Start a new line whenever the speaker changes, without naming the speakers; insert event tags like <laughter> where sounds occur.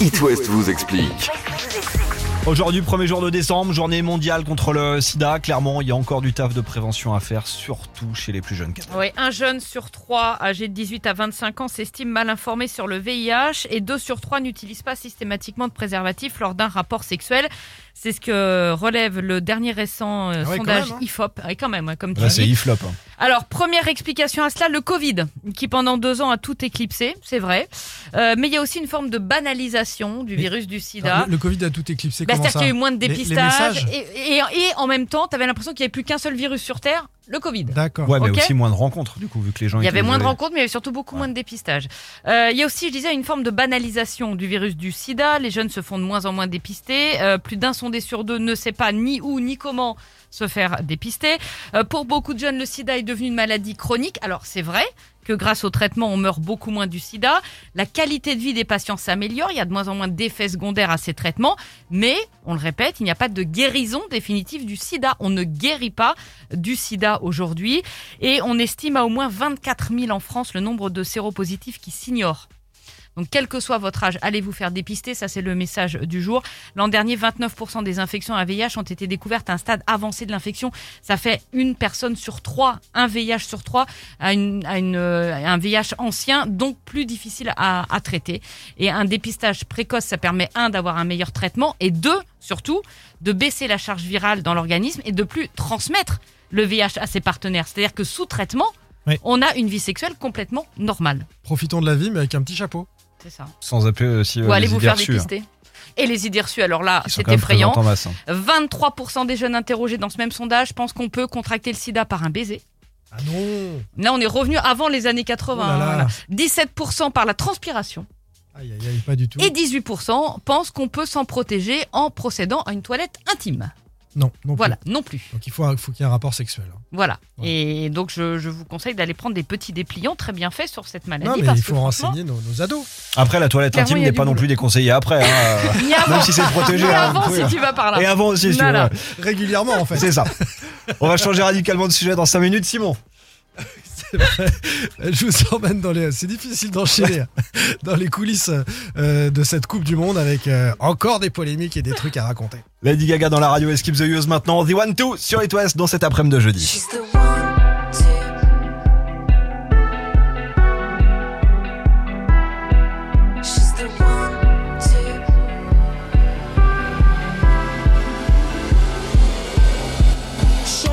It West vous explique.
Aujourd'hui, premier jour de décembre, journée mondiale contre le sida. Clairement, il y a encore du taf de prévention à faire, surtout chez les plus jeunes.
Oui, un jeune sur trois âgé de 18 à 25 ans s'estime mal informé sur le VIH et deux sur trois n'utilisent pas systématiquement de préservatif lors d'un rapport sexuel. C'est ce que relève le dernier récent euh,
Ah ouais, quand
sondage
même, hein.
IFOP. Ouais, quand même, ouais, comme tu
Là,
dis.
c'est IFLOP. hein.
Alors, première explication à cela, le Covid, qui pendant deux ans a tout éclipsé, c'est vrai. Euh, mais il y a aussi une forme de banalisation du
Mais-
virus du sida.
Attends, Le, le Covid a tout éclipsé.
Bah,
comment
C'est-à-dire
ça
qu'il y a eu moins de
Les- les
dépistage.
messages
et, et- et en même temps, tu avais l'impression qu'il n'y avait plus qu'un seul virus sur Terre, le Covid.
D'accord.
Ouais, mais
Ok.
aussi moins de rencontres, du coup, vu que les gens
Il y
étaient
avait moins de
isolés.
rencontres, mais il y avait surtout beaucoup
Ouais.
moins de dépistage. Euh, il y a aussi, je disais, une forme de banalisation du virus du sida. Les jeunes se font de moins en moins dépister. Euh, plus d'un sondé sur deux ne sait pas ni où ni comment se faire dépister. Euh, pour beaucoup de jeunes, le sida est devenu une maladie chronique. Alors c'est vrai que grâce au traitement, on meurt beaucoup moins du sida. La qualité de vie des patients s'améliore. Il y a de moins en moins d'effets secondaires à ces traitements. Mais, on le répète, il n'y a pas de guérison définitive du sida. On ne guérit pas du sida aujourd'hui. Et on estime à au moins 24 000 en France le nombre de séropositifs qui s'ignorent. Donc, quel que soit votre âge, allez vous faire dépister. Ça, c'est le message du jour. L'an dernier, 29% des infections à VIH ont été découvertes à un stade avancé de l'infection. Ça fait une personne sur trois, un VIH sur trois, à, une, à une, euh, à un VIH ancien, donc plus difficile à, à traiter. Et un dépistage précoce, ça permet, un, d'avoir un meilleur traitement et deux, surtout, de baisser la charge virale dans l'organisme et de plus transmettre le VIH à ses partenaires. C'est-à-dire que sous traitement,
Oui.
on a une vie sexuelle complètement normale.
Profitons de la vie, mais avec un petit chapeau.
C'est ça.
Sans appeler aussi euh,
Ou
les
allez vous
idées
faire
reçues, hein,
dépister. Et les idées reçues, alors là,
qui sont
c'est
quand même
effrayant.
présentes en masse. hein.
23% des jeunes interrogés dans ce même sondage pensent qu'on peut contracter le sida par un baiser.
Ah non
Là, on est revenu avant les années
Oh
80.
là là.
hein, voilà. 17% par la transpiration
Aïe, aïe, aïe, pas du tout.
et 18% pensent qu'on peut s'en protéger en procédant à une toilette intime.
Non, non plus.
Voilà, non plus.
Donc il faut, un- faut qu'il y ait un rapport sexuel. hein.
Voilà.
Ouais.
Et donc, je, je vous conseille d'aller prendre des petits dépliants très bien faits sur cette maladie.
non, mais
Bah, parce
il
que,
faut
franchement,
renseigner nos, nos ados.
Après, la toilette
Clairement, il
intime
y a
n'est
du
pas non
boulot.
plus déconseigée après.
<laughs>
hein,
Ni
euh, même
avant,
si c'est
<laughs>
protégé.
ni
hein.
avant
Oui,
si tu vas par là.
Et avant aussi, si tu
Voilà.
veux.
Régulièrement, en fait.
C'est ça. On va changer radicalement de sujet dans 5 minutes, Simon.
<laughs> Je vous emmène dans les. C'est difficile d'enchaîner hein. <laughs> dans les coulisses euh, de cette Coupe du Monde avec euh, encore des polémiques et des trucs à raconter.
Lady Gaga dans la radio Escape the Use maintenant. The One Two sur It West dans cet après-midi de jeudi.
She's the one.